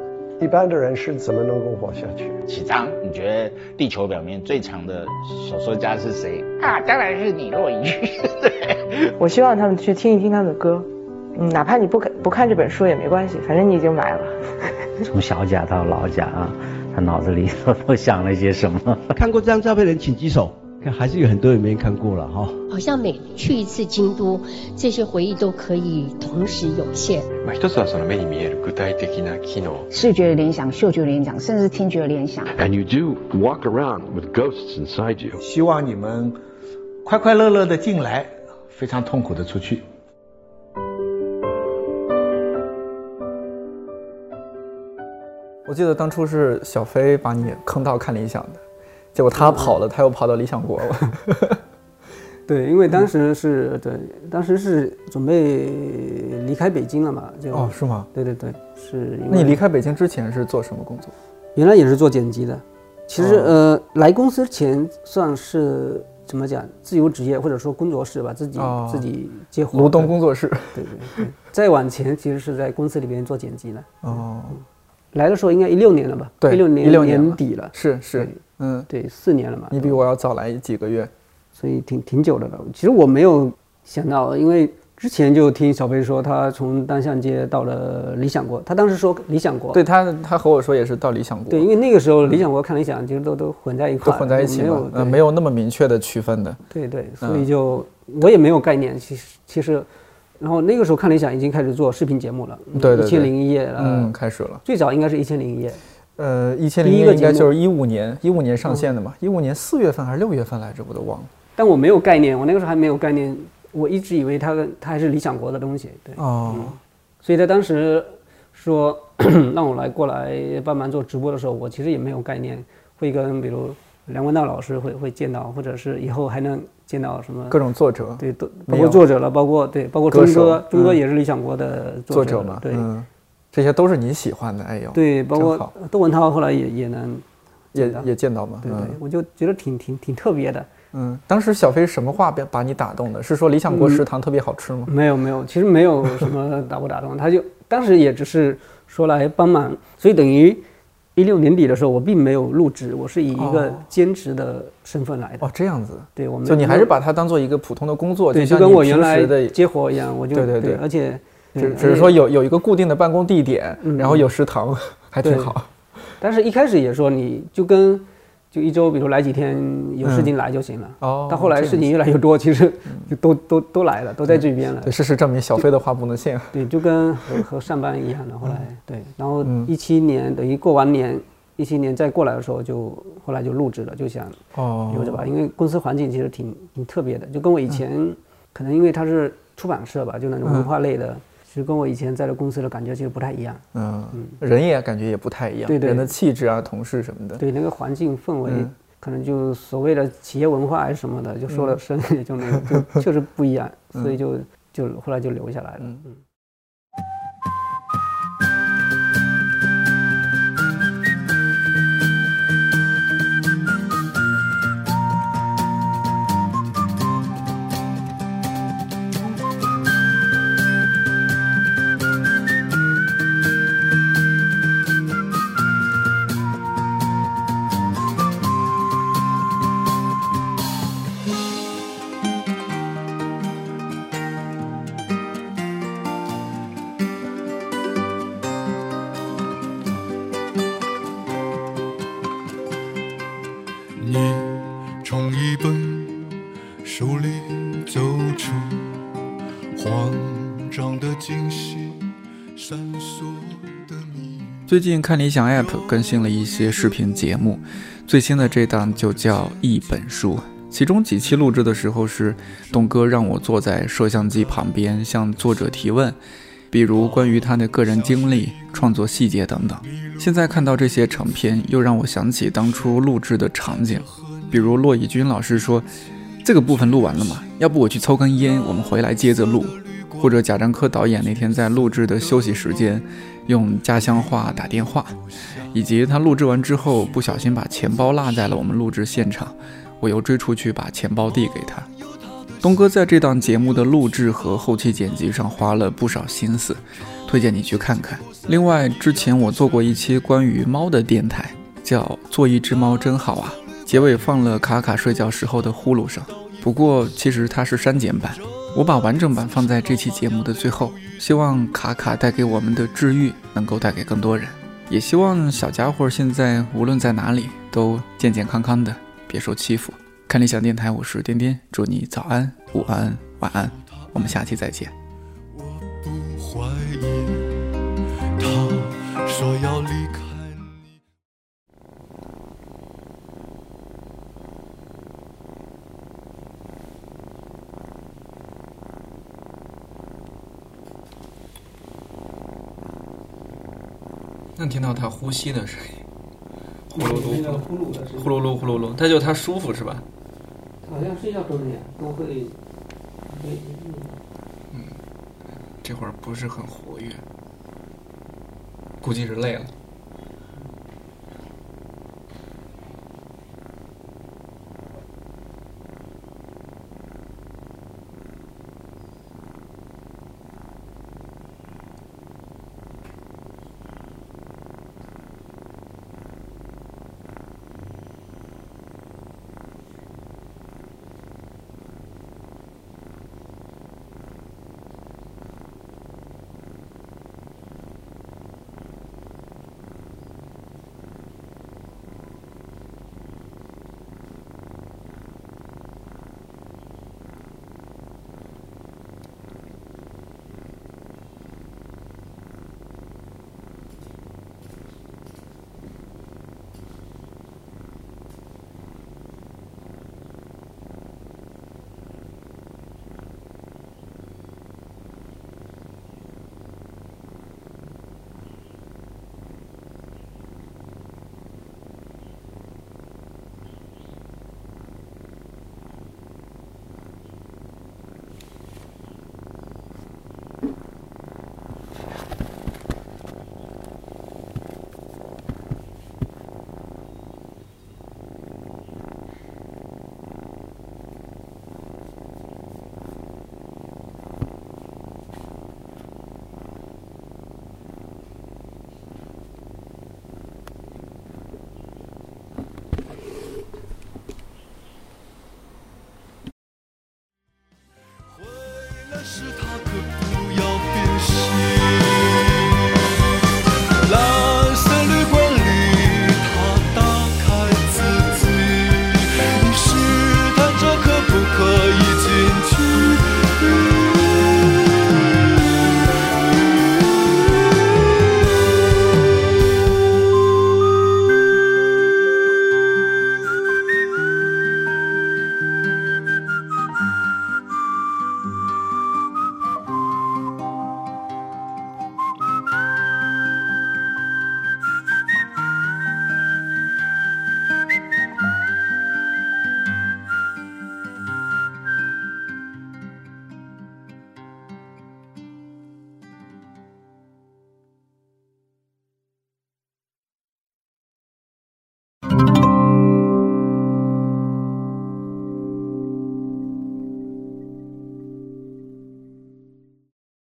S9: 一般的人是怎么能够活下去？
S10: 启章，你觉得地球表面最强的小说家是谁？啊，当然是李若愚。
S11: 我希望他们去听一听他们的歌，嗯，哪怕你不看不看这本书也没关系，反正你已经买了。
S12: 从小贾到老贾啊，他脑子里头都想了些什么？
S13: 看过这张照片的人请举手。看，还是有很多人没看过了哈、哦。
S14: 好像每去一次京都，这些回忆都可以同时涌现。
S15: まあ一つはその目に見える具体的な機能。
S16: 视觉联想、嗅觉联想，甚至听觉联想。
S17: And you do walk around with ghosts inside you。
S18: 希望你们快快乐乐的进来，
S19: 非常痛苦的出去。
S2: 我记得当初是小飞把你坑到看理想的。结果他跑了，他又跑到理想国了。
S4: 对，因为当时是对，当时是准备离开北京了嘛。就
S2: 哦，是吗？
S4: 对对对，嗯是。
S2: 那你离开北京之前是做什么工作？
S4: 原来也是做剪辑的。其实、哦、呃，来公司前算是怎么讲，自由职业或者说工作室吧，自己、哦、自己接活。
S2: 卢东工作室。
S4: 对对对。再往前其实是在公司里边做剪辑的。
S2: 哦。
S4: 来的时候应该一六年了吧？
S2: 对，
S4: 一六年
S2: 一六
S4: 年底了。
S2: 是是。嗯，
S4: 对，四年了嘛，
S2: 你比我要早来几个月，
S4: 所以挺挺久的了。其实我没有想到，因为之前就听小飞说他从单向街到了理想国，他当时说理想国，
S2: 对他他和我说也是到理想国，
S4: 对，因为那个时候理想国看理想其实都都混在一块，
S2: 都混在一起
S4: 没有，
S2: 呃，没有那么明确的区分的，
S4: 对对，所以就、嗯、我也没有概念，其实其实。然后那个时候看理想已经开始做视频节目了，
S2: 对,对,对，
S4: 一千零一夜
S2: 了，嗯，开始了，
S4: 最早应该是一千零一夜。
S2: 呃，一千零一应该就是一五年，一五年上线的嘛，一五、嗯、年四月份还是六月份来着，我都忘了。
S4: 但我没有概念，我那个时候还没有概念，我一直以为它它还是理想国的东西，对。
S2: 哦、
S4: 嗯。所以在当时说 让我来过来帮忙做直播的时候，我其实也没有概念，会跟比如梁文道老师会会见到，或者是以后还能见到什么
S2: 各种作者，
S4: 对，都包括作者了，包括对，包括钟哥，钟哥也是理想国的
S2: 嗯作
S4: 者
S2: 嘛，
S4: 对。
S2: 嗯这些都是你喜欢的，哎呦，
S4: 对，包括窦文涛后来也也能，
S2: 也也见到嘛，
S4: 对对，嗯、我就觉得挺挺挺特别的。
S2: 嗯，当时小飞什么话把把你打动的？是说理想国食堂特别好吃吗？
S4: 嗯、没有没有，其实没有什么打不打动，他就当时也只是说来帮忙，所以等于一六年底的时候，我并没有入职，我是以一个兼职的身份来的。
S2: 哦，这样子，
S4: 对，我们
S2: 哦就你还是把它当做一个普通的工作，
S4: 对，
S2: 就
S4: 跟我原来接活一样，我就
S2: 对对
S4: 对，而且。
S2: 只只是说有有一个固定的办公地点，嗯、然后有食堂，还挺好。
S4: 但是一开始也说你就跟就一周，比如来几天，有事情来就行了。
S2: 嗯、哦，
S4: 到后来事情越来越多，其实就都、嗯、都都来了，都在这边了。
S2: 事实证明，小飞的话不能信。
S4: 对，就跟和和上班一样的。后来对，然后一七年等于过完年，一七年再过来的时候就后来就入职了，就想留着吧，
S2: 哦、
S4: 因为公司环境其实挺挺特别的，就跟我以前可能因为它是出版社吧，就那种文化类的。其实跟我以前在的公司的感觉其实不太一样，
S2: 嗯，嗯人也感觉也不太一样，
S4: 对对，
S2: 人的气质啊、同事什么的，
S4: 对那个环境氛围，嗯、可能就所谓的企业文化还是什么的，就说了深也就那个，嗯、 就确实不一样，所以就就后来就留下来了，嗯。
S20: 最近看理想 App 更新了一些视频节目，最新的这档就叫《一本书》，其中几期录制的时候是东哥让我坐在摄像机旁边向作者提问，比如关于他的个人经历、创作细节等等。现在看到这些成片，又让我想起当初录制的场景，比如骆以军老师说：“这个部分录完了吗？要不我去抽根烟，我们回来接着录。”
S2: 或者贾樟柯导演那天在录制的休息时间，用家乡话打电话，以及他录制完之后不小心把钱包落在了我们录制现场，我又追出去把钱包递给他。东哥在这档节目的录制和后期剪辑上花了不少心思，推荐你去看看。另外，之前我做过一期关于猫的电台，叫《做一只猫真好啊》，结尾放了卡卡睡觉时候的呼噜声，不过其实它是删减版。我把完整版放在这期节目的最后，希望卡卡带给我们的治愈能够带给更多人，也希望小家伙现在无论在哪里都健健康康的，别受欺负。看理想电台，我是颠颠，祝你早安、午安、晚安，我们下期再见。
S1: 怀疑他说要离开。
S2: 能听到他呼吸的声音，呼噜
S4: 那个
S2: 噜
S4: 呼噜的是
S2: 呼噜，呼噜噜呼噜噜，他就他舒服是吧？
S4: 好像睡觉都是那样，都会，会
S2: 这会儿不是很活跃，估计是累了。